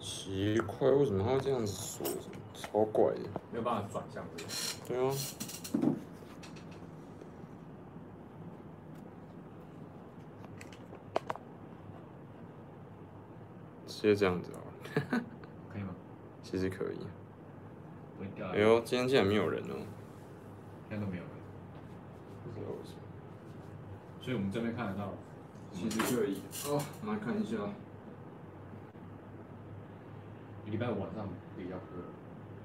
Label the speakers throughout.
Speaker 1: 奇怪，为什么他要这样子说？超怪的。
Speaker 2: 没有办法转向这个。
Speaker 1: 对啊。直接这样子好了，
Speaker 2: 可以吗？
Speaker 1: 其实可以。
Speaker 2: 不会掉下
Speaker 1: 哎
Speaker 2: 来，
Speaker 1: 呦，今天竟然没有人哦、
Speaker 2: 现在都没有了，
Speaker 1: 不知道为什么。
Speaker 2: 所以我们这边看得到。
Speaker 1: 其实可以。哦，我们来看一下。
Speaker 2: 礼拜五晚上也要喝，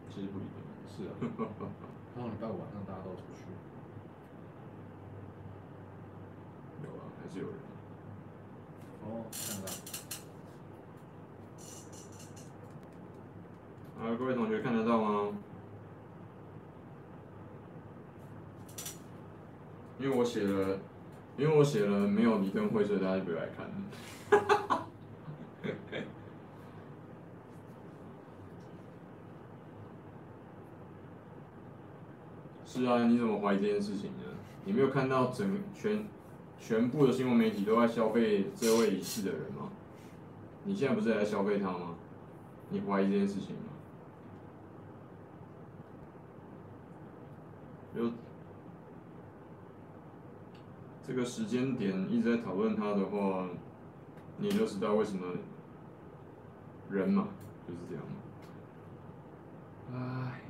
Speaker 2: 其实不一定。是啊， 然后礼拜五晚上大家都出去，
Speaker 1: 有啊，还是有人。
Speaker 2: 哦，看得到。
Speaker 1: 啊，各位同学看得到吗？因为我写了，因为我写了没有李登辉，所以大家就不要来看了。 是啊，你怎么怀疑这件事情呢？你没有看到整全全部的新闻媒体都在消费这位已逝的人吗？你现在不是也在消费他吗？你怀疑这件事情吗？就这个时间点一直在讨论他的话，你就知道为什么人嘛就是这样嘛。
Speaker 2: 唉，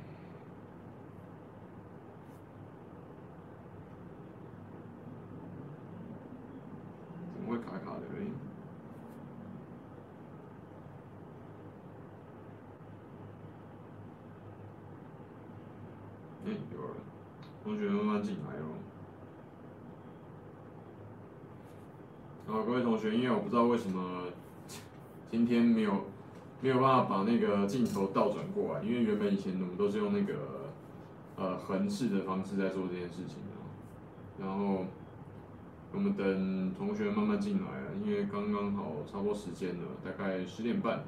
Speaker 1: 怎么会卡卡的？诶哎、有了，同学慢慢进来哦。好，啊各位同学，因为我不知道为什么今天没有没有办法把那个镜头倒转过来，因为原本以前我们都是用那个呃横式的方式在做这件事情啊，然后。我们等同学慢慢进来啊，因为刚刚好差不多时间了，大概十点半。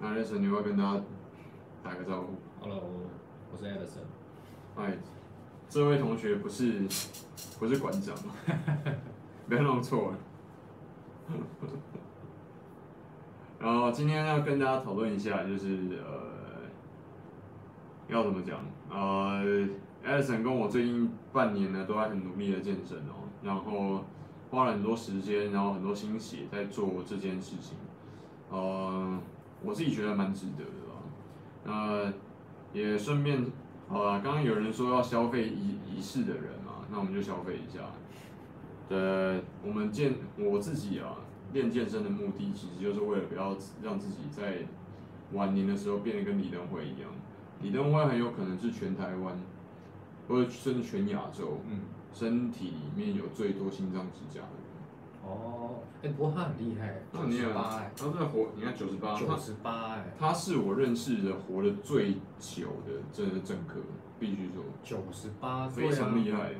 Speaker 1: 那 e 神，你要不要跟大家打个招呼？
Speaker 2: Hello，我是 Edison。
Speaker 1: 哎，这位同学不是不是馆长， 不要弄错了。然后今天要跟大家讨论一下，就是呃，要怎么讲？呃，Edison 跟我最近半年呢都在很努力的健身哦，然后花了很多时间，然后很多心血在做这件事情。呃，我自己觉得蛮值得的啦。那、也顺便好啦，刚刚有人说要消费仪仪式的人嘛，那我们就消费一下。呃，我们健我自己啊，练健身的目的其实就是为了不要让自己在晚年的时候变得跟李登辉一样。李登辉很有可能是全台湾，或者甚至全亚洲，
Speaker 2: 嗯，
Speaker 1: 身体里面有最多心脏支架的
Speaker 2: 哦，哎，不过他很厉害，
Speaker 1: 人。
Speaker 2: 九十八哎，
Speaker 1: 他在活，你看九十八，
Speaker 2: 九十八哎，
Speaker 1: 他是我认识的活得最久的真的政客，必须说。
Speaker 2: 九十八，啊
Speaker 1: 非常厉害的。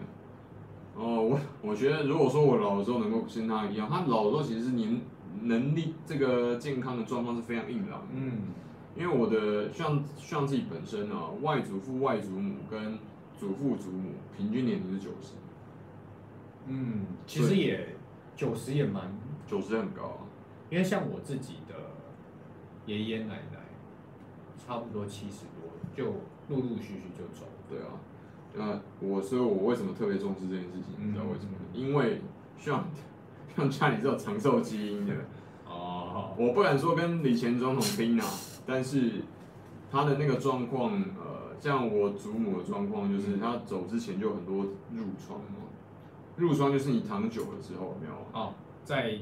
Speaker 1: 哦，我我觉得如果说我老的时候能够跟他一样，他老的时候其实是年能力这个健康的状况是非常硬朗的。
Speaker 2: 嗯，
Speaker 1: 因为我的像像自己本身啊，外祖父、外祖母跟祖父、祖母平均年龄是九十，
Speaker 2: 嗯，其实也九十也蛮，
Speaker 1: 九十很高、啊。
Speaker 2: 因为像我自己的爷爷奶奶，差不多七十多，就陆陆续续就走。
Speaker 1: 对啊，那我所以，我为什么特别重视这件事情？你知道为什么吗？因为像像家里是有长寿基因的。
Speaker 2: 哦，
Speaker 1: 我不敢说跟李前总统拼啊，但是他的那个状况，呃，像我祖母的状况，就是他走之前就有很多褥疮嘛。褥疮就是你躺久了之后，有没有？
Speaker 2: 哦，在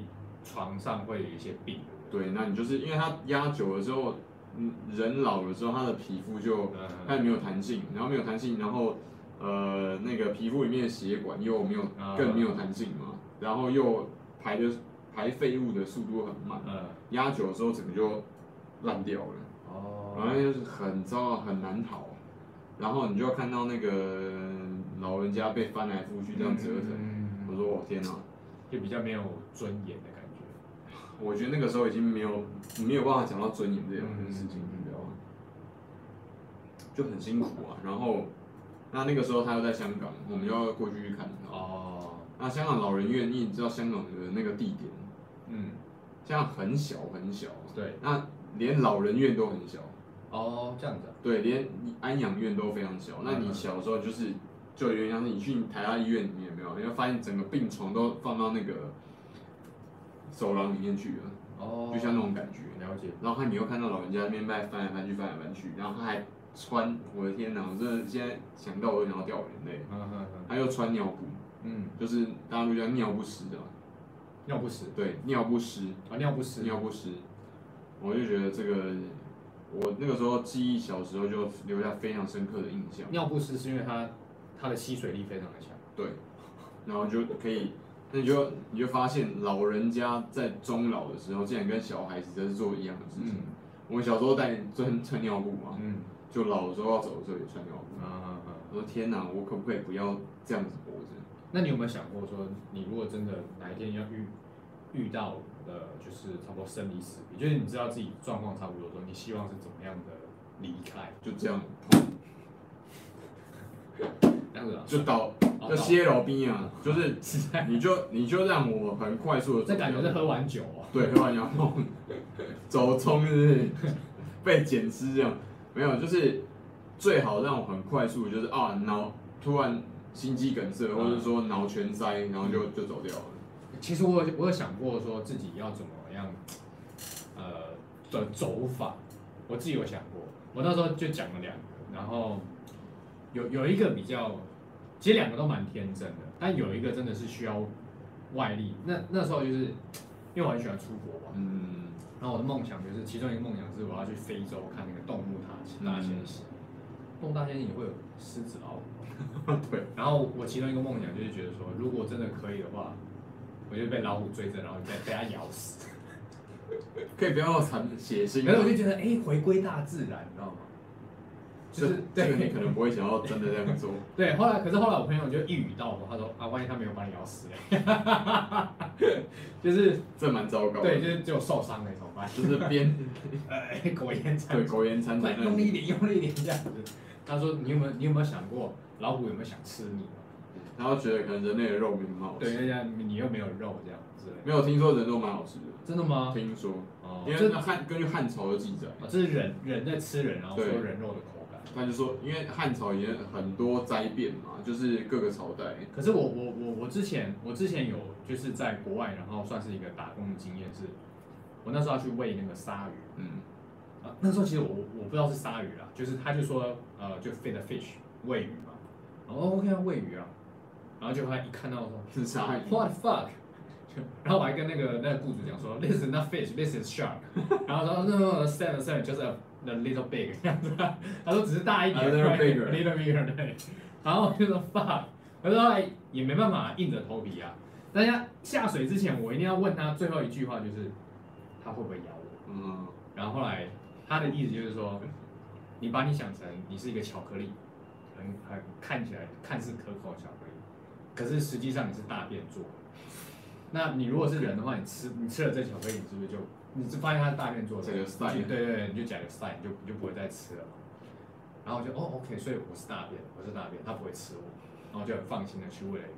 Speaker 2: 床上会有一些病，对
Speaker 1: 对，那你就是因为它压久了之后，嗯，人老了之后，他的皮肤就
Speaker 2: 不对？
Speaker 1: 开始没有弹性，然后没有弹性，然后呃，那个皮肤里面的血管又没有
Speaker 2: 啊
Speaker 1: 更没有弹性嘛，然后又排的排废物的速度很慢，
Speaker 2: 嗯，
Speaker 1: 压久了之后整个就烂掉了。反正
Speaker 2: 哦，
Speaker 1: 就是很糟啊，很难逃。然后你就看到那个老人家被翻来覆去这样折腾，我
Speaker 2: 腾，
Speaker 1: 说哦我天哪！
Speaker 2: 嗯就比较没有尊严的感觉。
Speaker 1: 我觉得那个时候已经没有没有办法讲到尊严这两件事情，
Speaker 2: 嗯
Speaker 1: 你知道吗？就很辛苦啊。然后那那个时候他又在香港，我们要过去看他。
Speaker 2: 哦，
Speaker 1: 那、那香港老人院，你也知道香港的那个地点，
Speaker 2: 嗯，
Speaker 1: 香港很小很小，
Speaker 2: 对，
Speaker 1: 那连老人院都很小，
Speaker 2: 哦，这样子啊，
Speaker 1: 对，连安养院都非常小。那你小时候就是，就有点像是你去台大医院里面有没有，你会发现整个病床都放到那个走廊里面去了，
Speaker 2: 哦，
Speaker 1: 就像那种感觉。
Speaker 2: 了解，
Speaker 1: 然后看你又看到老人家那边翻来翻去，翻来翻去，然后他还穿，我的天哪！我真的现在想到我都想要掉眼泪。
Speaker 2: 嗯嗯嗯
Speaker 1: 他又穿尿布，
Speaker 2: 嗯，
Speaker 1: 就是大家都叫尿不湿的嘛，
Speaker 2: 尿不湿
Speaker 1: 对，尿不湿，
Speaker 2: 啊，尿不湿，
Speaker 1: 尿不湿。我就觉得这个，我那个时候记忆小时候就留下非常深刻的印象。
Speaker 2: 尿不湿是因为它它的吸水力非常的强，
Speaker 1: 对，然后就可以，那你就你就发现老人家在终老的时候，竟然跟小孩子在做一样的事情。我们小时候带穿穿尿布嘛，
Speaker 2: 嗯
Speaker 1: 就老的时候要走的时候也穿尿布。
Speaker 2: 啊啊啊，
Speaker 1: 我说天哪，我可不可以不要这样子活着？
Speaker 2: 那你有没有想过说，你如果真的哪一天要遇遇到呃，就是差不多生离死别，就是你知道自己状况差不多的时候，你希望是怎么样的离开？
Speaker 1: 就这样，
Speaker 2: 这样子啊，
Speaker 1: 就倒，
Speaker 2: 哦
Speaker 1: 就歇老兵啊，就是
Speaker 2: 是这样，
Speaker 1: 你就你就让我很快速的
Speaker 2: 这感觉是喝完酒哦，
Speaker 1: 对，喝完然后 走冲是不是被捡尸这样，没有，就是最好让我很快速，就是啊脑突然心肌梗塞，
Speaker 2: 嗯
Speaker 1: 或者说脑全塞，然后就就走掉了。
Speaker 2: 其实我有我有想过说自己要怎么样，呃的走法，我自己有想过。我那时候就讲了两个，然后有有一个比较，其实两个都蛮天真的，但有一个真的是需要外力。那那时候就是因为我很喜欢出国玩，
Speaker 1: 嗯，
Speaker 2: 然后我的梦想就是其中一个梦想是我要去非洲看那个动物大大迁徙，动物大迁徙会有狮子、 老虎。
Speaker 1: 对，
Speaker 2: 然后我其中一个梦想就是觉得说，如果真的可以的话，我就被老虎追着，然后再被它咬死。
Speaker 1: 嗯可以不要残血腥
Speaker 2: 然后我就
Speaker 1: 啊。
Speaker 2: 觉得，哎、回归大自然，你知道吗？就
Speaker 1: 这
Speaker 2: 是
Speaker 1: 这个你
Speaker 2: 对
Speaker 1: 可能不会想要真的这 样做，
Speaker 2: 对，后来可是后来我朋友就一语道破，他说啊，万一他没有把你咬死嘞， 就是
Speaker 1: 这蛮糟糕的。
Speaker 2: 对，就是只有受伤了怎么办？
Speaker 1: 就是 边
Speaker 2: 哎，苟延
Speaker 1: 对
Speaker 2: 残喘，
Speaker 1: 苟延残
Speaker 2: 快
Speaker 1: 喘，
Speaker 2: 用力一点，用力一点这样子。他说你有没有你有没有想过老虎有没有想吃你？
Speaker 1: 然后觉得可能人类的肉饼蛮好
Speaker 2: 对，
Speaker 1: 吃，
Speaker 2: 人家你又没有肉这样之类的。
Speaker 1: 没有听说人肉蛮好吃的，
Speaker 2: 真的吗？
Speaker 1: 听说，
Speaker 2: 哦，
Speaker 1: 因为
Speaker 2: 这
Speaker 1: 那汉根据汉朝的记载，
Speaker 2: 哦，这是人人在吃人，然后说
Speaker 1: 对
Speaker 2: 人肉的口感。
Speaker 1: 他就说，因为汉朝也很多灾变嘛，就是各个朝代，
Speaker 2: 可是我我我我之前我之前有就是在国外，然后算是一个打工的经验是，我那时候要去喂那个鲨鱼
Speaker 1: 嗯，
Speaker 2: 啊，那时候其实我我不知道是鲨鱼啦，就是他就说呃就 feed the fish 喂鱼嘛，然后 OK 啊喂鱼啊，然后就他一看到说
Speaker 1: 是鲨鱼，
Speaker 2: What the fuck？然后我还跟那个那个雇主讲说，This is not fish, this is shark 。然后说 No, no, no, seven, seven, just a, a little big 这样子。他说只是大一点
Speaker 1: A little
Speaker 2: right?
Speaker 1: bigger.
Speaker 2: little bigger 对。然后我就说 fuck，可是后来也没办法，硬着头皮啊。大家下水之前，我一定要问他最后一句话，就是他会不会咬我。
Speaker 1: 嗯，
Speaker 2: 然后后来他的意思就是说，你把你想成你是一个巧克力，很很看起来看似可口的巧克力，可是实际上你是大便做的。那你如果是人的话，你吃你吃了这巧克力，你是不是就你是发现它是大便做的？
Speaker 1: 这个 sign
Speaker 2: 你就对对对，你就假个 sign，你就你就不会再吃了嘛。然后我就哦 OK，所以我是大便，我是大便，它不会吃我，然后就很放心的去喂了鱼。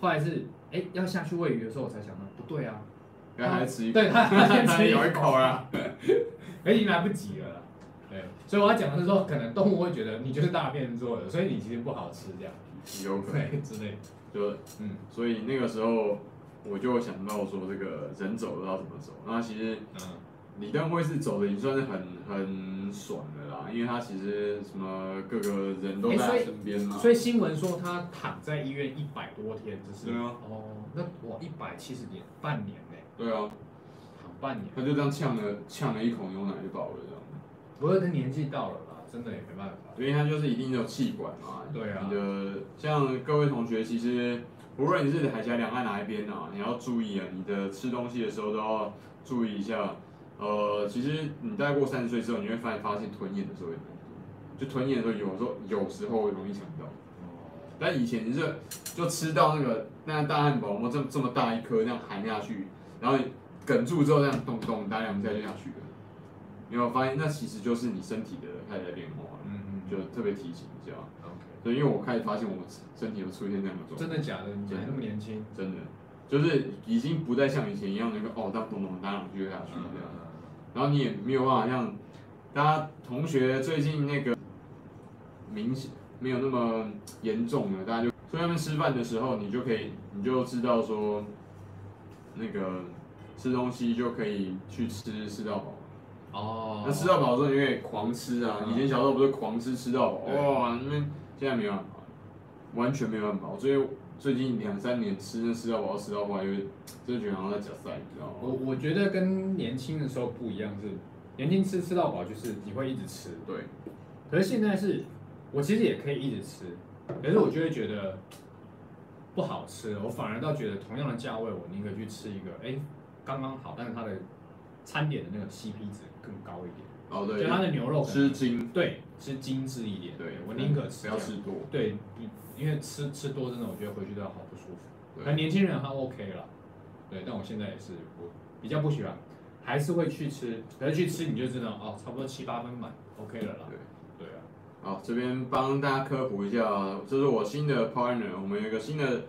Speaker 2: 后来是哎要下去喂鱼的时候，我才想到不对啊，
Speaker 1: 刚才吃一口，
Speaker 2: 对他他先吃
Speaker 1: 咬一口啊，
Speaker 2: 可已经来不及了啦。对，所以我要讲的是说，可能动物会觉得你就是大便做的，所以你其实不好吃这样，
Speaker 1: 有可能，
Speaker 2: 对之类的。
Speaker 1: 就
Speaker 2: 嗯
Speaker 1: 所以那个时候我就想到说，这个人走要怎么走，那其实
Speaker 2: 嗯
Speaker 1: 李登辉是走的已经算是很很爽的啦，因为他其实什么各个人都在他
Speaker 2: 哎诶所以
Speaker 1: 身边嘛，
Speaker 2: 所以新闻说他躺在医院一百多天，这是
Speaker 1: 对啊
Speaker 2: 哦，那哇一百七十年，半年呢，
Speaker 1: 对啊，
Speaker 2: 躺半年，
Speaker 1: 他就这样呛了呛了一口牛奶就饱了这样。
Speaker 2: 不过他年纪到了啦，真的也没办法。
Speaker 1: 因为它就是一定有气管嘛。
Speaker 2: 对啊
Speaker 1: 你的像各位同学，其实无论你是海峡两岸哪一边啊，你要注意啊，你的吃东西的时候都要注意一下。呃，其实你大概过三十岁之后，你会发现发现吞咽的时候也蛮多，就吞咽的时候有时候有时候会容易抢到。
Speaker 2: 哦，
Speaker 1: 但以前你是就吃到那个那大汉堡，我们这么这么大一颗这样含下去，然后你哽住之后这样咚咚打两下就下去了。你有没有发现，那其实就是你身体的开始在变化了。
Speaker 2: 嗯嗯，
Speaker 1: 就特别提醒一下。
Speaker 2: OK。
Speaker 1: 所以因为我开始发现我身体有出现这样的状
Speaker 2: 真
Speaker 1: 况，
Speaker 2: 的假的？你还那么年轻？
Speaker 1: 真的就是已经不再像以前一样那个哦，当咚咚当啷撅下去这样，
Speaker 2: 嗯
Speaker 1: 然后你也没有办法像大家同学最近那个明显没有那么严重了，大家就所以他们吃饭的时候，你就可以你就知道说那个吃东西就可以去吃吃到饱。
Speaker 2: 哦，
Speaker 1: 那吃到饱的时候，你可以狂吃啊！
Speaker 2: 嗯
Speaker 1: 以前小时候不是狂吃吃到饱，
Speaker 2: 对
Speaker 1: 哇，那边现在没办法，完全没办法。我最近最近两三年吃那吃到饱吃到饱，因为真的觉得好像在假赛，你知道
Speaker 2: 我
Speaker 1: 吗？
Speaker 2: 我觉得跟年轻的时候不一样是，年轻吃吃到饱就是你会一直吃，
Speaker 1: 对，
Speaker 2: 可是现在是我其实也可以一直吃，可是我就会觉得不好吃，我反而倒觉得同样的价位，我宁可去吃一个哎刚刚好，但是它的餐点的那个 CP 值更高一点，
Speaker 1: 哦
Speaker 2: 就它
Speaker 1: 对，
Speaker 2: 的牛肉可
Speaker 1: 吃
Speaker 2: 能
Speaker 1: 精，
Speaker 2: 对吃精致一点，
Speaker 1: 对
Speaker 2: 我宁可
Speaker 1: 不
Speaker 2: 吃这
Speaker 1: 要
Speaker 2: 样
Speaker 1: 吃多，
Speaker 2: 对，因为吃吃多真的，我觉得回去都要好不舒服。可能
Speaker 1: 对，
Speaker 2: 年轻人还 OK 了，对，但我现在也是我比较不喜欢，还是会去吃，可是去吃你就知道哦，差不多七八分满 OK 了啦。对啊，
Speaker 1: 好，这边帮大家科普一下，这是我新的 partner，我们有一个新的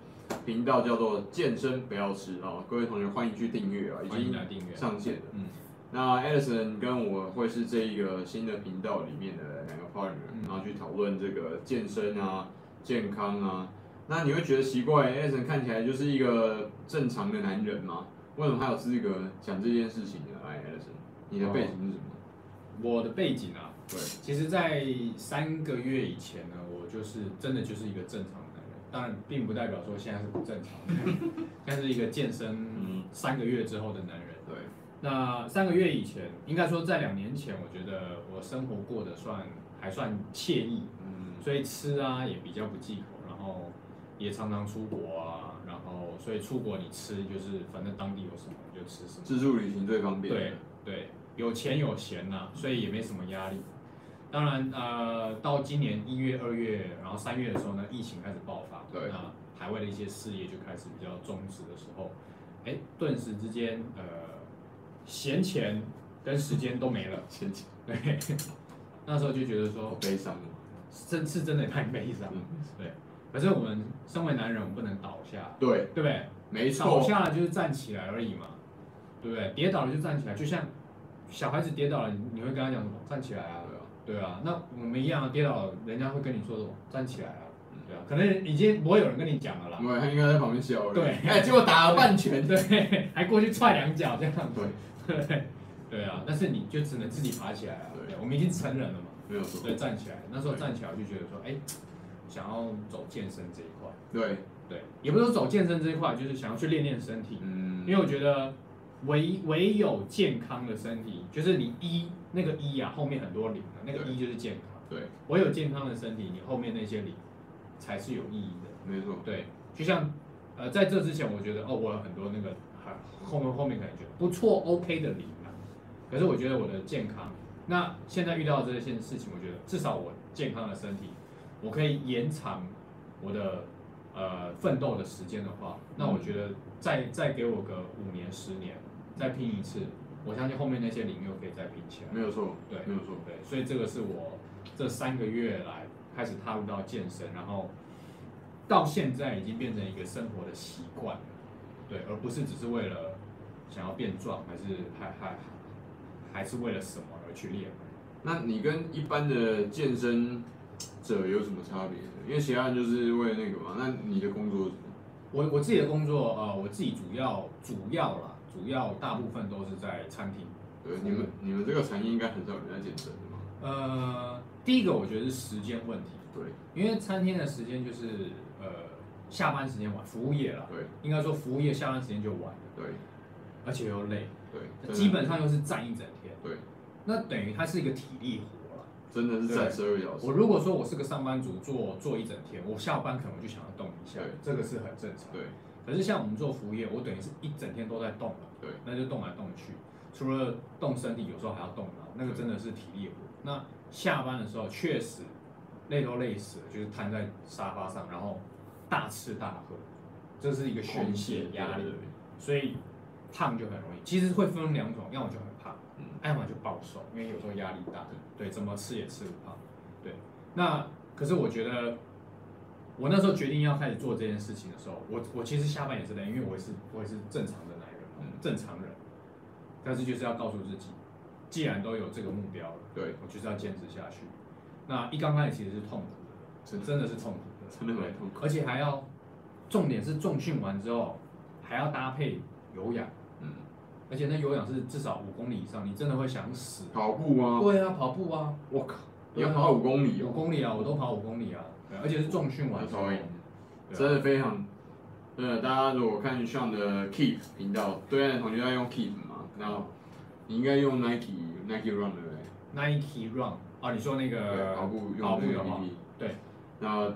Speaker 1: 频道叫做“健身不要吃”啊，各位同学欢迎去订阅啊，已
Speaker 2: 欢迎
Speaker 1: 经
Speaker 2: 来订阅。
Speaker 1: 上线了。
Speaker 2: 嗯，
Speaker 1: 那 Alison 跟我会是这一个新的频道里面的两个 partner，、
Speaker 2: 嗯
Speaker 1: 然后去讨论这个健身啊、健康啊。那你会觉得奇怪，Alison 看起来就是一个正常的男人吗？为什么他有资格讲这件事情呢？哎，Alison，你的背景是什么？
Speaker 2: 我的背景啊，
Speaker 1: 对，
Speaker 2: 其实，在三个月以前呢，我就是真的就是一个正常的男人，当然并不代表说现在是不正常的男 人，但是一个健身
Speaker 1: 嗯
Speaker 2: 三个月之后的男人。
Speaker 1: 对，
Speaker 2: 那三个月以前，应该说在两年前，我觉得我生活过得算还算惬意，
Speaker 1: 嗯，
Speaker 2: 所以吃啊也比较不忌口，然后也常常出国啊，然后所以出国你吃就是反正当地有什么你就吃什么，
Speaker 1: 自助旅行最方便。
Speaker 2: 对，对，有钱有闲呐、所以也没什么压力。当然呃，到今年一月、二月，然后三月的时候呢，疫情开始爆发，
Speaker 1: 对
Speaker 2: 那海外的一些事业就开始比较终止的时候，哎，顿时之间呃，闲钱跟时间都没了，
Speaker 1: 前期
Speaker 2: 对， 那时候就觉得
Speaker 1: 好
Speaker 2: 说，
Speaker 1: 悲伤哦。
Speaker 2: 真是真的太悲伤了，
Speaker 1: 嗯，
Speaker 2: 对。可是我们身为男人，我们不能倒下，
Speaker 1: 对，
Speaker 2: 对不对？
Speaker 1: 没
Speaker 2: 倒
Speaker 1: 错，
Speaker 2: 下了就是站起来而已嘛，对不对？跌倒了就站起来，就像小孩子跌倒了，你你会跟他讲什么？站起来啊，
Speaker 1: 对啊
Speaker 2: 对啊。那我们一样啊，跌倒了，人家会跟你说什么？站起来啊
Speaker 1: 嗯，
Speaker 2: 对啊。可能已经不会有人跟你讲了啦，
Speaker 1: 我他应该在旁边笑而已。
Speaker 2: 对
Speaker 1: 哎，结果打了半拳。
Speaker 2: 对，还过去踹两脚这样子
Speaker 1: 对，，
Speaker 2: 对，对啊。但是你就只能自己爬起来啊，
Speaker 1: 对
Speaker 2: 对，我们已经成人了嘛，
Speaker 1: 没有错。
Speaker 2: 对，站起来。那时候站起来我就觉得说，哎，想要走健身这一块，
Speaker 1: 对，
Speaker 2: 对，也不是说走健身这一块，就是想要去练练身体。
Speaker 1: 嗯，
Speaker 2: 因为我觉得唯唯有健康的身体，就是你一那个一啊，后面很多零啊，那个
Speaker 1: 对
Speaker 2: 一就是健康。
Speaker 1: 对，
Speaker 2: 唯有健康的身体，你后面那些零才是有意义的。
Speaker 1: 没错。
Speaker 2: 对，就像呃，在这之前，我觉得哦，我有很多那个很后面后面感觉得不错 OK 的零啊，可是我觉得我的健康，那现在遇到这件事情，我觉得至少我健康的身体，我可以延长我的呃奋斗的时间的话，那我觉得再再给我个五年十年，再拼一次，我相信后面那些零又可以再拼起来。
Speaker 1: 没有错，
Speaker 2: 对
Speaker 1: 没有错，
Speaker 2: 对，所以这个是我这三个月来开始踏入到健身，然后到现在已经变成一个生活的习惯了，对，而不是只是为了想要变壮，还是还还还是为了什么而去练。
Speaker 1: 那你跟一般的健身者有什么差别？因为其他人就是为了那个嘛。那你的工作是什么？
Speaker 2: 我我自己的工作，呃，我自己主要主要啦，主要大部分都是在餐厅。
Speaker 1: 对，你们你们这个产业应该很少有人在健身的嘛？
Speaker 2: 呃，第一个我觉得是时间问题，
Speaker 1: 对
Speaker 2: 因为餐厅的时间就是呃下班时间晚，服务业啦，
Speaker 1: 对
Speaker 2: 应该说服务业下班时间就晚了，
Speaker 1: 对
Speaker 2: 而且又累，
Speaker 1: 对，
Speaker 2: 基本上又是站一整天，
Speaker 1: 对，
Speaker 2: 那等于它是一个体力活了。
Speaker 1: 真的真的是站十二个小时
Speaker 2: 我。如果说我是个上班族，做做一整天，我下班可能我就想要动一下
Speaker 1: 对，
Speaker 2: 这个是很正常。
Speaker 1: 对
Speaker 2: 可是像我们做服务业，我等于是一整天都在动了，
Speaker 1: 对，
Speaker 2: 那就动来动去，除了动身体，有时候还要动脑，那个真的是体力活。那下班的时候确实累都累死了，就是瘫在沙发上，然后大吃大喝，这是一个宣泄压力
Speaker 1: 对。，
Speaker 2: 所以胖就很容易。其实会分两种，要么就很胖
Speaker 1: 嗯，
Speaker 2: 要么就暴瘦，因为有时候压力大，对，怎么吃也吃不胖，对。那可是我觉得我那时候决定要开始做这件事情的时候，我我其实下班也是累，因为我也是我也是正常的男人嘛，
Speaker 1: 嗯
Speaker 2: 正常人。但是就是要告诉自己，既然都有这个目标了，
Speaker 1: 对，
Speaker 2: 我就是要坚持下去。那一刚开始其实是痛苦的，
Speaker 1: 真
Speaker 2: 是
Speaker 1: 的
Speaker 2: 真的是痛苦的，
Speaker 1: 真的蛮痛苦
Speaker 2: 对而且还要，重点是重训完之后还要搭配有氧，
Speaker 1: 嗯，
Speaker 2: 而且那有氧是至少五公里以上，你真的会想死。
Speaker 1: 跑步啊，
Speaker 2: 对啊，跑步啊，
Speaker 1: 我靠，你
Speaker 2: 对
Speaker 1: 要
Speaker 2: 啊
Speaker 1: 跑五公里
Speaker 2: 五
Speaker 1: 哦，
Speaker 2: 公里啊，我都跑五公里啊，对而且是重训完
Speaker 1: 我
Speaker 2: 之后
Speaker 1: 超赢，，
Speaker 2: 对
Speaker 1: 真
Speaker 2: 啊
Speaker 1: 的非常。对，大家如果看 Sean 的 Keep 频道，对岸的同学在用 Keep 嘛，然后你应该用 Nike Nike Run 对不对？
Speaker 2: Nike Run 啊，你说那
Speaker 1: 对，
Speaker 2: 个
Speaker 1: 跑步
Speaker 2: 跑
Speaker 1: 用
Speaker 2: 步
Speaker 1: 那个
Speaker 2: 的话
Speaker 1: APP，，
Speaker 2: 对，
Speaker 1: 那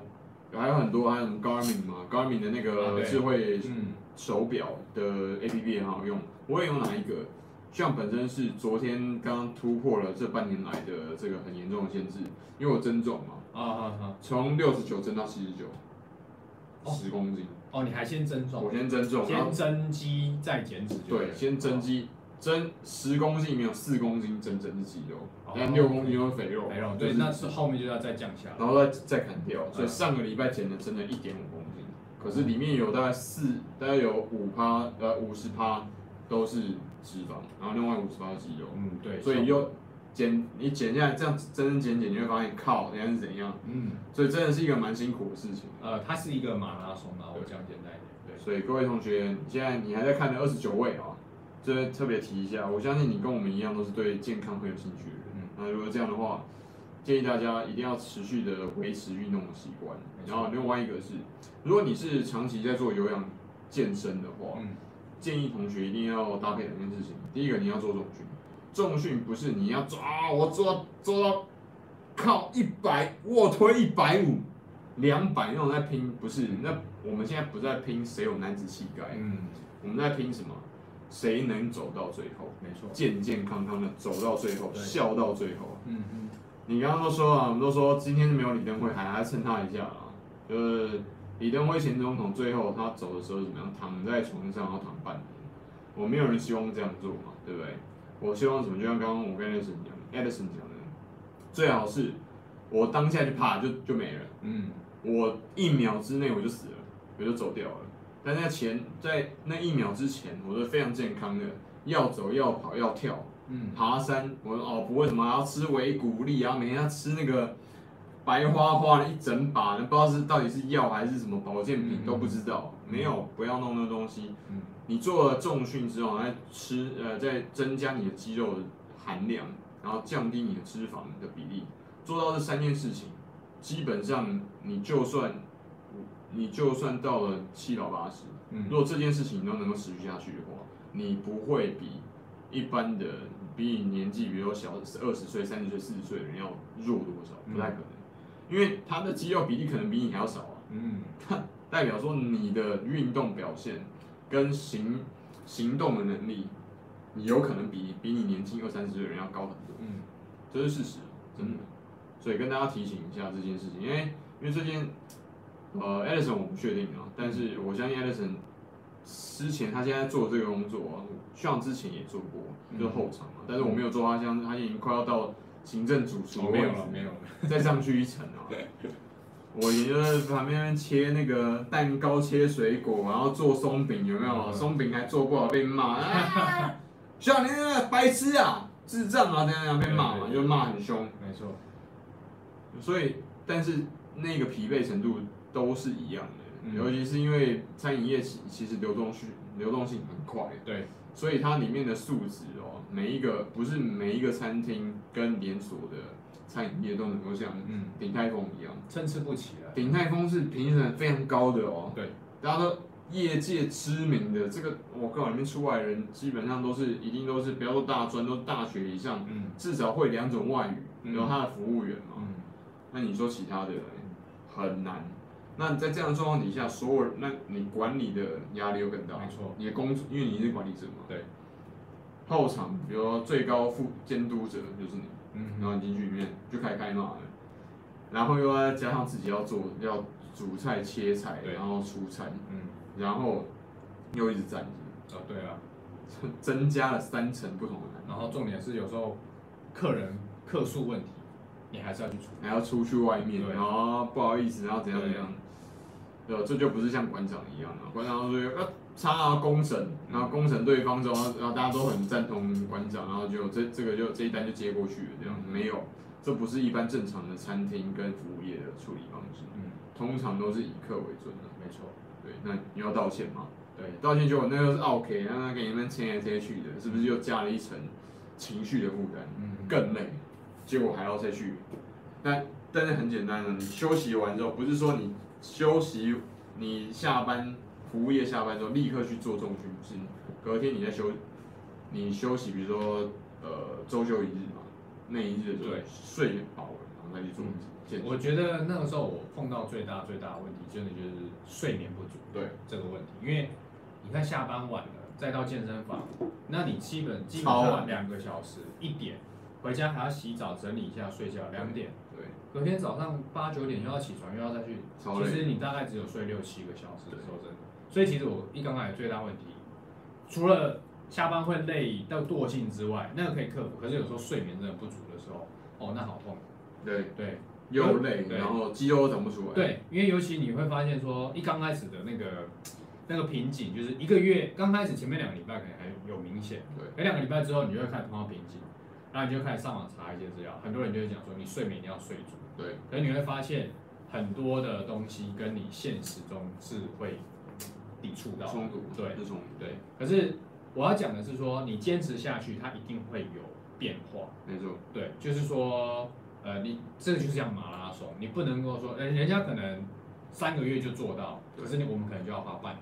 Speaker 1: 还有很多，还有什么 Garmin 嘛，Garmin 的那
Speaker 2: 啊
Speaker 1: 个
Speaker 2: 对
Speaker 1: 智慧
Speaker 2: 嗯，
Speaker 1: 手表的 APP 也很好用。我也用哪一个？像本身是昨天刚突破了这半年来的这个很严重的限制，因为我增重嘛，
Speaker 2: 啊啊啊，
Speaker 1: 从六十九增到七十九，
Speaker 2: 哦
Speaker 1: 十公斤。
Speaker 2: 哦，你还先增重
Speaker 1: 我，先增重，然后
Speaker 2: 先增肌哦再减脂，
Speaker 1: 对，先增，肌，增十公斤里面有四公斤真正是肌肉
Speaker 2: 哦，
Speaker 1: 但六公斤都是肥肉，
Speaker 2: 没有，
Speaker 1: 就
Speaker 2: 哎对，
Speaker 1: 是
Speaker 2: 那是后面就要再降下来，
Speaker 1: 然后再再砍掉，所以
Speaker 2: 嗯
Speaker 1: 上个礼拜减了真的一点五公斤，可是里面有大概四，大概有五趴，呃五十趴都是脂肪，然后另外五十趴是肌肉，
Speaker 2: 嗯，对，
Speaker 1: 所以又减你减下来这样子真真减减，你会发现靠人家是怎样，
Speaker 2: 嗯，
Speaker 1: 所以真的是一个蛮辛苦的事情。啊
Speaker 2: 呃，它是一个马拉松啊，我讲简单一点，对，
Speaker 1: 所以各位同学，现在你还在看的二十九位啊，这特别提一下，我相信你跟我们一样都是对健康很有兴趣的人
Speaker 2: 嗯。
Speaker 1: 那如果这样的话，建议大家一定要持续的维持运动的习惯。
Speaker 2: 没错
Speaker 1: 然后另外一个是，如果你是长期在做有氧健身的话，
Speaker 2: 嗯，
Speaker 1: 建议同学一定要搭配两件事情。第一个，你要做重训，重训不是你要做啊，我做做到靠一百卧推一百五、两百那种在拼，不是。那我们现在不在拼谁有男子气概，
Speaker 2: 嗯，
Speaker 1: 我们在拼什么？谁能走到最后，
Speaker 2: 没错，
Speaker 1: 健健康康的走到最后，
Speaker 2: 对
Speaker 1: 笑到最后。
Speaker 2: 嗯嗯，
Speaker 1: 你刚刚都说啊，我们都说今天没有李登辉，还还要蹭他一下啊。就是李登辉前总统最后他走的时候是怎么样？躺在床上，然后躺半年。我没有人希望这样做嘛，对不对？我希望什么？就像刚刚我跟 Edison 讲，Edison 讲的，最好是我当下就啪就就没了，
Speaker 2: 嗯，
Speaker 1: 我一秒之内我就死了，我就走掉了。但在前在那一秒之前，我是非常健康的，要走要跑要跳，
Speaker 2: 嗯，
Speaker 1: 爬山，我老婆为什么还要吃维骨力啊？每天要吃那个白花花的一整把，不知道是到底是药还是什么保健品
Speaker 2: 嗯
Speaker 1: 都不知道。
Speaker 2: 嗯
Speaker 1: 没有，不要弄那东西。
Speaker 2: 嗯，
Speaker 1: 你做了重训之后，再吃呃，再增加你的肌肉的含量，然后降低你的脂肪的比例。做到这三件事情，基本上你就算你就算到了七老八十，
Speaker 2: 嗯，
Speaker 1: 如果这件事情都能够持续下去的话，你不会比一般的比你年纪，比如说小二十岁、三十岁、四十岁的人要弱多少，不太可能，因为他的肌肉比例可能比你还要少啊。
Speaker 2: 嗯，
Speaker 1: 代表说你的运动表现跟行行动的能力，你有可能比比你年轻二三十岁的人要高很多，
Speaker 2: 嗯，
Speaker 1: 这是事实，啊真的。所以跟大家提醒一下这件事情，因为因为这件呃，Edison 我不确定啊，但是
Speaker 2: 嗯
Speaker 1: 我相信 Edison 之前他现在做这个工作啊，像之前也做过，
Speaker 2: 嗯
Speaker 1: 就是后场嘛，但是我没有做他像他已经快要到行政主厨
Speaker 2: 哦，
Speaker 1: 的
Speaker 2: 没
Speaker 1: 位置
Speaker 2: 有了，没有了，
Speaker 1: 再上去一层啊。我也就是旁边切那个蛋糕、切水果，然后做松饼，有没有？
Speaker 2: 嗯
Speaker 1: 松饼还做不好被 骂，啊，像你那个白痴啊、智障啊，这样这样被骂嘛，
Speaker 2: 对对
Speaker 1: 就骂很凶。
Speaker 2: 没错，
Speaker 1: 所以，但是那个疲惫程度都是一样的，
Speaker 2: 嗯
Speaker 1: 尤其是因为餐饮业其其实流动性流动性很快，
Speaker 2: 对，
Speaker 1: 所以它里面的素质哦，每一个不是每一个餐厅跟连锁的餐饮业都能够像
Speaker 2: 嗯，
Speaker 1: 鼎泰丰一样。
Speaker 2: 参差不齐了，
Speaker 1: 鼎泰丰是评审非常高的哦，
Speaker 2: 对，
Speaker 1: 大家都业界知名的，这个我靠，里面出来的人基本上都是一定都是，不要说大专，都是大学以上，
Speaker 2: 嗯，
Speaker 1: 至少会两种外语，
Speaker 2: 嗯
Speaker 1: 有他的服务员嘛。
Speaker 2: 嗯，
Speaker 1: 那你说其他的很难。那你在这样的状况底下，所有人那你管理的压力又更大，
Speaker 2: 没错
Speaker 1: 你的工作，因为你是管理者嘛，
Speaker 2: 对，
Speaker 1: 后场比如说最高副监督者就是你。
Speaker 2: 嗯，
Speaker 1: 然后你进去里面就开始开骂了，然后又要加上自己要做要煮菜切菜，
Speaker 2: 对
Speaker 1: 然后出餐，
Speaker 2: 嗯，
Speaker 1: 然后又一直站着，
Speaker 2: 哦，对啊，
Speaker 1: 增加了三层不同的难
Speaker 2: 然后重点是有时候客人客诉问题，你还是要去处理。
Speaker 1: 度，还要出去外面，
Speaker 2: 对
Speaker 1: 然后不好意思，然后怎样
Speaker 2: 对
Speaker 1: 怎样，对吧？这就不是像馆长一样啊，馆长就说要插啊公审，然后公审对方之后，然后大家都很赞同馆长，然后就这这个就这一单就接过去了，这样
Speaker 2: 嗯
Speaker 1: 没有，这不是一般正常的餐厅跟服务业的处理方式，
Speaker 2: 嗯，
Speaker 1: 通常都是以客为准的。
Speaker 2: 没错，
Speaker 1: 对，那你要道歉吗？
Speaker 2: 对，
Speaker 1: 道歉结果那又是 OK，让他给你们牵来牵去的，是不是又加了一层情绪的负担？
Speaker 2: 嗯，
Speaker 1: 更累，结果还要再去。那但是很简单的，你休息完之后，不是说你休息，你下班服务业下班之后立刻去做重训，是隔天你再休，你休息，比如说呃周休一日嘛，那一日就
Speaker 2: 对嗯
Speaker 1: 睡饱了，然后再去做健身。
Speaker 2: 我觉得那个时候我碰到最大最大的问题，真的就是睡眠不足
Speaker 1: 对
Speaker 2: 这个问题，因为你看下班晚了，再到健身房，那你基本基本
Speaker 1: 超
Speaker 2: 上
Speaker 1: 晚
Speaker 2: 两个小时一点，回家还要洗澡整理一下睡觉，两点，
Speaker 1: 对，
Speaker 2: 隔天早上八九点又要起床又要再去，
Speaker 1: 超
Speaker 2: 其
Speaker 1: 累
Speaker 2: 实你大概只有睡六七个小时，说真的，所以其实我一刚开始最大问题，除了下班会累到惰性之外，那个可以克服，可是有时候睡眠真的不足的时候，哦，那好痛，
Speaker 1: 对，
Speaker 2: 对。
Speaker 1: 又累，
Speaker 2: 对
Speaker 1: 然后肌肉又长不出来。
Speaker 2: 对，因为尤其你会发现说，一刚开始的那个那个瓶颈，就是一个月刚开始前面两个礼拜可能还有明显，
Speaker 1: 对，
Speaker 2: 哎，两个礼拜之后你就会开始碰到瓶颈，然后你就开始上网查一些资料，很多人就会讲说你睡眠一定要睡足，
Speaker 1: 对，
Speaker 2: 可是你会发现很多的东西跟你现实中是会抵触到的，
Speaker 1: 冲突，
Speaker 2: 对
Speaker 1: 是冲突，
Speaker 2: 对，可是我要讲的是说，你坚持下去，它一定会有变化。
Speaker 1: 没错，
Speaker 2: 对，就是说，呃，你这个就是像马拉松，你不能够说，人人家可能三个月就做到，可是你我们可能就要花半年。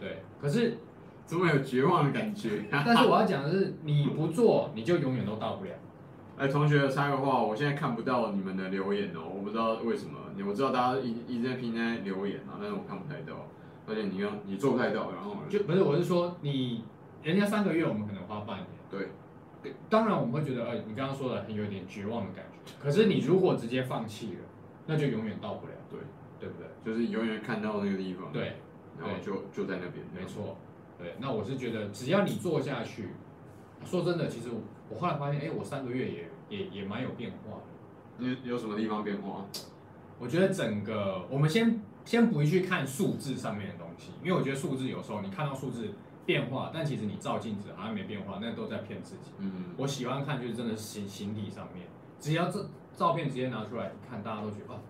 Speaker 2: 对，可 是
Speaker 1: 怎么有绝望的感觉？
Speaker 2: 但是我要讲的是，你不做，你就永远都到不了。
Speaker 1: 哎，同学插个话，我现在看不到你们的留言哦，我不知道为什么。你我知道大家一一直在拼在留言啊，但是我看不太到，而且你看你做不太到，然后呢
Speaker 2: 就不是，我是说你，人家三个月，我们可能花半年。
Speaker 1: 对
Speaker 2: 对，当然我们会觉得，呃，你刚刚说的很有点绝望的感觉。可是你如果直接放弃了，那就永远到不了。
Speaker 1: 对，嗯
Speaker 2: 对不对？
Speaker 1: 就是你永远看到那个地方，，
Speaker 2: 对，
Speaker 1: 然后就就在那边，
Speaker 2: 没，错，对。那我是觉得，只要你做下去，说真的，其实我我后来发现，哎、我三个月也也也蛮有变化的。
Speaker 1: 你有什么地方变化？
Speaker 2: 我觉得整个，我们先先不去看数字上面的东西，因为我觉得数字有时候你看到数字变化，但其实你照镜子好像没变化，那都在骗自己。
Speaker 1: 嗯，
Speaker 2: 我喜欢看就是真的是形形体上面，只要这照片直接拿出来一看，大家都觉得哦，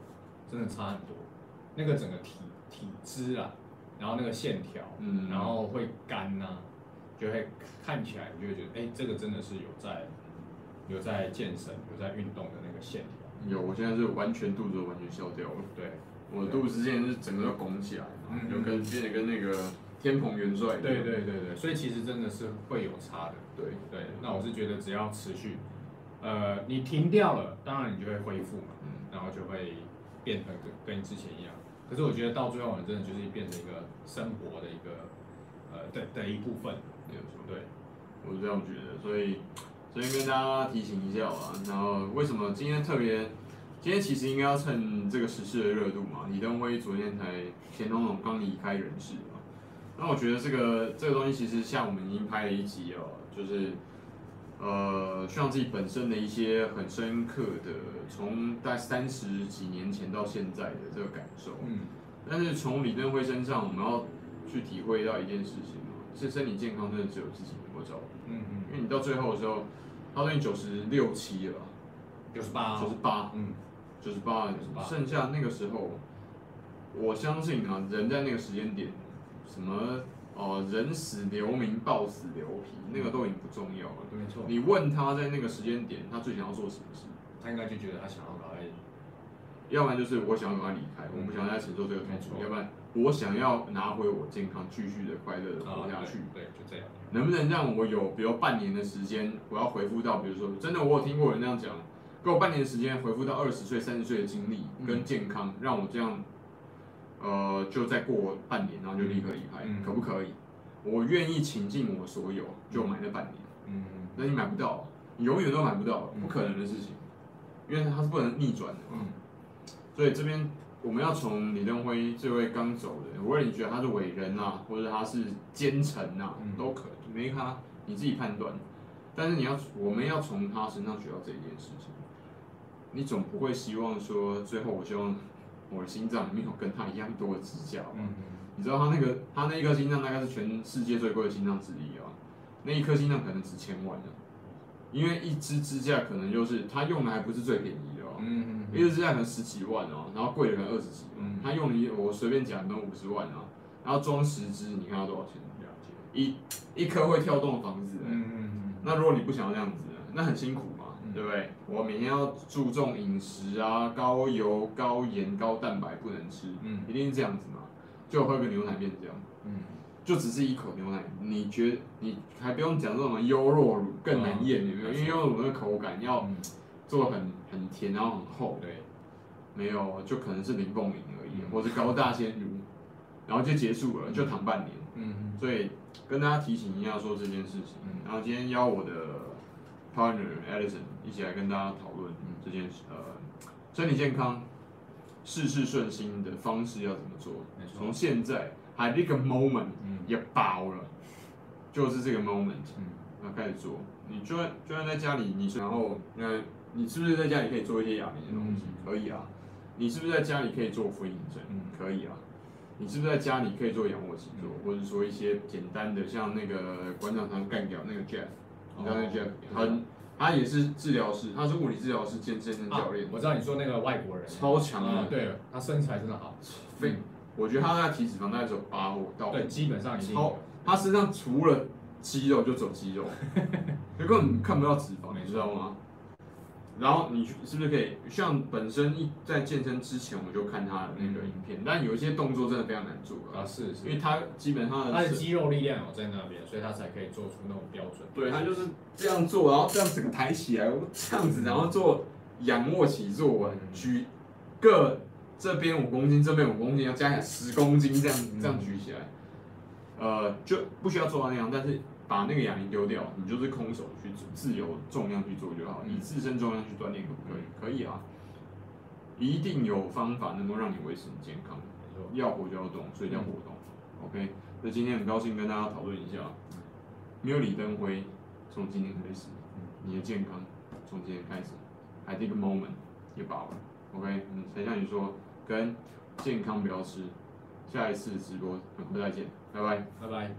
Speaker 2: 真的差很多。那个整个体体脂啊，然后那个线条，
Speaker 1: 嗯
Speaker 2: 然后会干呐、啊就会看起来你就会觉得，哎、这个真的是有在有在健身、有在运动的那个线条。
Speaker 1: 有，我现在是完全肚子都完全消掉了，
Speaker 2: 对
Speaker 1: 我的肚子现在是整个都拱起来了，
Speaker 2: 嗯
Speaker 1: 就跟变得跟那个天蓬元帅一样，
Speaker 2: 对对对对，所以其实真的是会有差的。
Speaker 1: 对
Speaker 2: 对，那我是觉得只要持续，呃，你停掉了，当然你就会恢复嘛。
Speaker 1: 嗯，
Speaker 2: 然后就会变成跟跟之前一样。可是我觉得到最后，你真的就是变成一个生活的一个呃的的一部分。
Speaker 1: 没有错。
Speaker 2: 对，
Speaker 1: 我是这样觉得，所以所以跟大家提醒一下啊。然后为什么今天特别？今天其实应该要趁这个时事的热度嘛。李登辉昨天才前总统刚离开人世嘛。那我觉得这个这个东西其实像我们已经拍了一集哦，就是呃，像自己本身的一些很深刻的，从大概三十几年前到现在的这个感受。
Speaker 2: 嗯，
Speaker 1: 但是从李登辉身上，我们要去体会到一件事情哦，是身体健康真的只有自己能够照顾。
Speaker 2: 嗯嗯，
Speaker 1: 因为你到最后的时候，他对你九十六七了吧，
Speaker 2: 九十八，
Speaker 1: 九十八，
Speaker 2: 嗯，
Speaker 1: 啊九十八
Speaker 2: 98，
Speaker 1: 剩下那个时候，我相信啊，人在那个时间点，什么哦、呃人死留名，豹死留皮，那个都已经不重要了。
Speaker 2: 没错，
Speaker 1: 你问他在那个时间点，他最想要做什么事？
Speaker 2: 他应该就觉得他想要把它，
Speaker 1: 要不然就是我想要赶快离开，
Speaker 2: 嗯哦
Speaker 1: 我不想要再承受这个痛
Speaker 2: 没错
Speaker 1: 苦；要不然我想要拿回我健康，继续的快乐的活
Speaker 2: 啊
Speaker 1: 下去。
Speaker 2: 对，对就这样。
Speaker 1: 能不能让我有，比如半年的时间，我要回复到，比如说，真的我有听过人这样讲，给我半年的时间回复到二十岁、三十岁的经历
Speaker 2: 嗯
Speaker 1: 跟健康，让我这样，呃，就再过半年，然后就立刻离开，
Speaker 2: 嗯
Speaker 1: 可不可以？我愿意倾尽我所有，就买那半年。
Speaker 2: 嗯
Speaker 1: 那你买不到，你永远都买不到，啊
Speaker 2: 嗯
Speaker 1: 不可能的事情，因为它是不能逆转的。
Speaker 2: 嗯，
Speaker 1: 所以这边我们要从李登辉这位刚走的，无论你觉得他是伟人啊，或者他是奸臣啊
Speaker 2: 嗯，
Speaker 1: 都可没他你自己判断。但是你要，我们要从他身上学到这一件事情。你总不会希望说，最后我希望我的心脏没有跟他一样多的支架吧。
Speaker 2: 嗯
Speaker 1: 你知道他那个他那一颗心脏大概是全世界最贵的心脏之一啊，那一颗心脏可能值千万呢、因为一支支架可能就是他用的还不是最便宜的哦、
Speaker 2: 嗯
Speaker 1: 一支支架可能十几万哦、然后贵的可能二十几万
Speaker 2: 嗯，
Speaker 1: 他用你我随便讲都五十万啊，然后装十支，你看要多少钱？
Speaker 2: 了解，
Speaker 1: 一一颗会跳动的房子、欸
Speaker 2: 嗯嗯
Speaker 1: 那如果你不想要这样子，那很辛苦嘛，
Speaker 2: 嗯
Speaker 1: 对不对？我每天要注重饮食啊，高油、高盐、高蛋白不能吃，
Speaker 2: 嗯
Speaker 1: 一定是这样子嘛。就喝个牛奶变这样，
Speaker 2: 嗯
Speaker 1: 就只是一口牛奶，你觉你还不用讲这种优酪乳更难咽，有没有？因为优酪乳的口感要
Speaker 2: 嗯，
Speaker 1: 做得很很甜，然后很厚，
Speaker 2: 对，
Speaker 1: 没有就可能是林凤营而已，
Speaker 2: 嗯
Speaker 1: 或者高大鲜乳，然后就结束了，就躺半年。
Speaker 2: 嗯
Speaker 1: 所以跟大家提醒一下说这件事情。
Speaker 2: 嗯
Speaker 1: 然后今天邀我的 partner Edison 一起来跟大家讨论
Speaker 2: 嗯
Speaker 1: 这件事，呃，身体健康、事事顺心的方式要怎么做
Speaker 2: 没？错
Speaker 1: 从现在还这个 moment
Speaker 2: 嗯
Speaker 1: 也饱了，就是这个 moment，
Speaker 2: 嗯
Speaker 1: 那开始做。你就算就算在家里，你是然后那你是不是在家里可以做一些哑铃的东西？
Speaker 2: 嗯
Speaker 1: 可以啊。你是不是在家里可以做俯卧撑？
Speaker 2: 嗯
Speaker 1: 可以啊。你是不是在家里可以做仰卧起坐，
Speaker 2: 嗯
Speaker 1: 或者说一些简单的，像那个馆长常干掉那个 Jeff，你知道那个 Jeff，、
Speaker 2: 哦
Speaker 1: 很他也是治疗师，他是物理治疗师兼健身
Speaker 2: 啊
Speaker 1: 教练，，
Speaker 2: 我知道你说那个外国人
Speaker 1: 超强的
Speaker 2: 啊，对，他身材真的好，
Speaker 1: 非、我觉得他那体脂肪大概只有八或到
Speaker 2: 嗯对，基本上一定
Speaker 1: 超
Speaker 2: 有，
Speaker 1: 他身上除了肌肉就走肌 肉，你根本看不到脂肪，
Speaker 2: 没错
Speaker 1: 你知道吗？然后你去是不是可以像本身一在健身之前我就看他的那个影片，但有一些动作真的非常难做
Speaker 2: 嗯
Speaker 1: 啊，
Speaker 2: 啊，是
Speaker 1: 因
Speaker 2: 是，
Speaker 1: 为他基本上
Speaker 2: 他的肌肉力量有在那边，所以他才可以做出那种标准，
Speaker 1: 对他就是这样做，然后这样整个抬起来，这样子，然后做仰卧起坐，我
Speaker 2: 嗯
Speaker 1: 举各这边五公斤，这边五公斤，要加起来十公斤，这样
Speaker 2: 嗯
Speaker 1: 这样举起来，呃，就不需要做到那样，但是把那个哑铃丢掉，你就是空手去做自由重量去做就好，
Speaker 2: 嗯
Speaker 1: 以自身重量去锻炼可不可以？可以啊，一定有方法能够让你维持你健康，
Speaker 2: 没错，
Speaker 1: 要活就要动，所以叫活动。OK，那今天很高兴跟大家讨论一下，没有李登辉，从今天开始，你的健康从今天开始，还这个 moment 也饱了。OK，嗯，才向你说，跟健康不要吃，下一次直播很快再见，拜拜。
Speaker 2: 拜拜。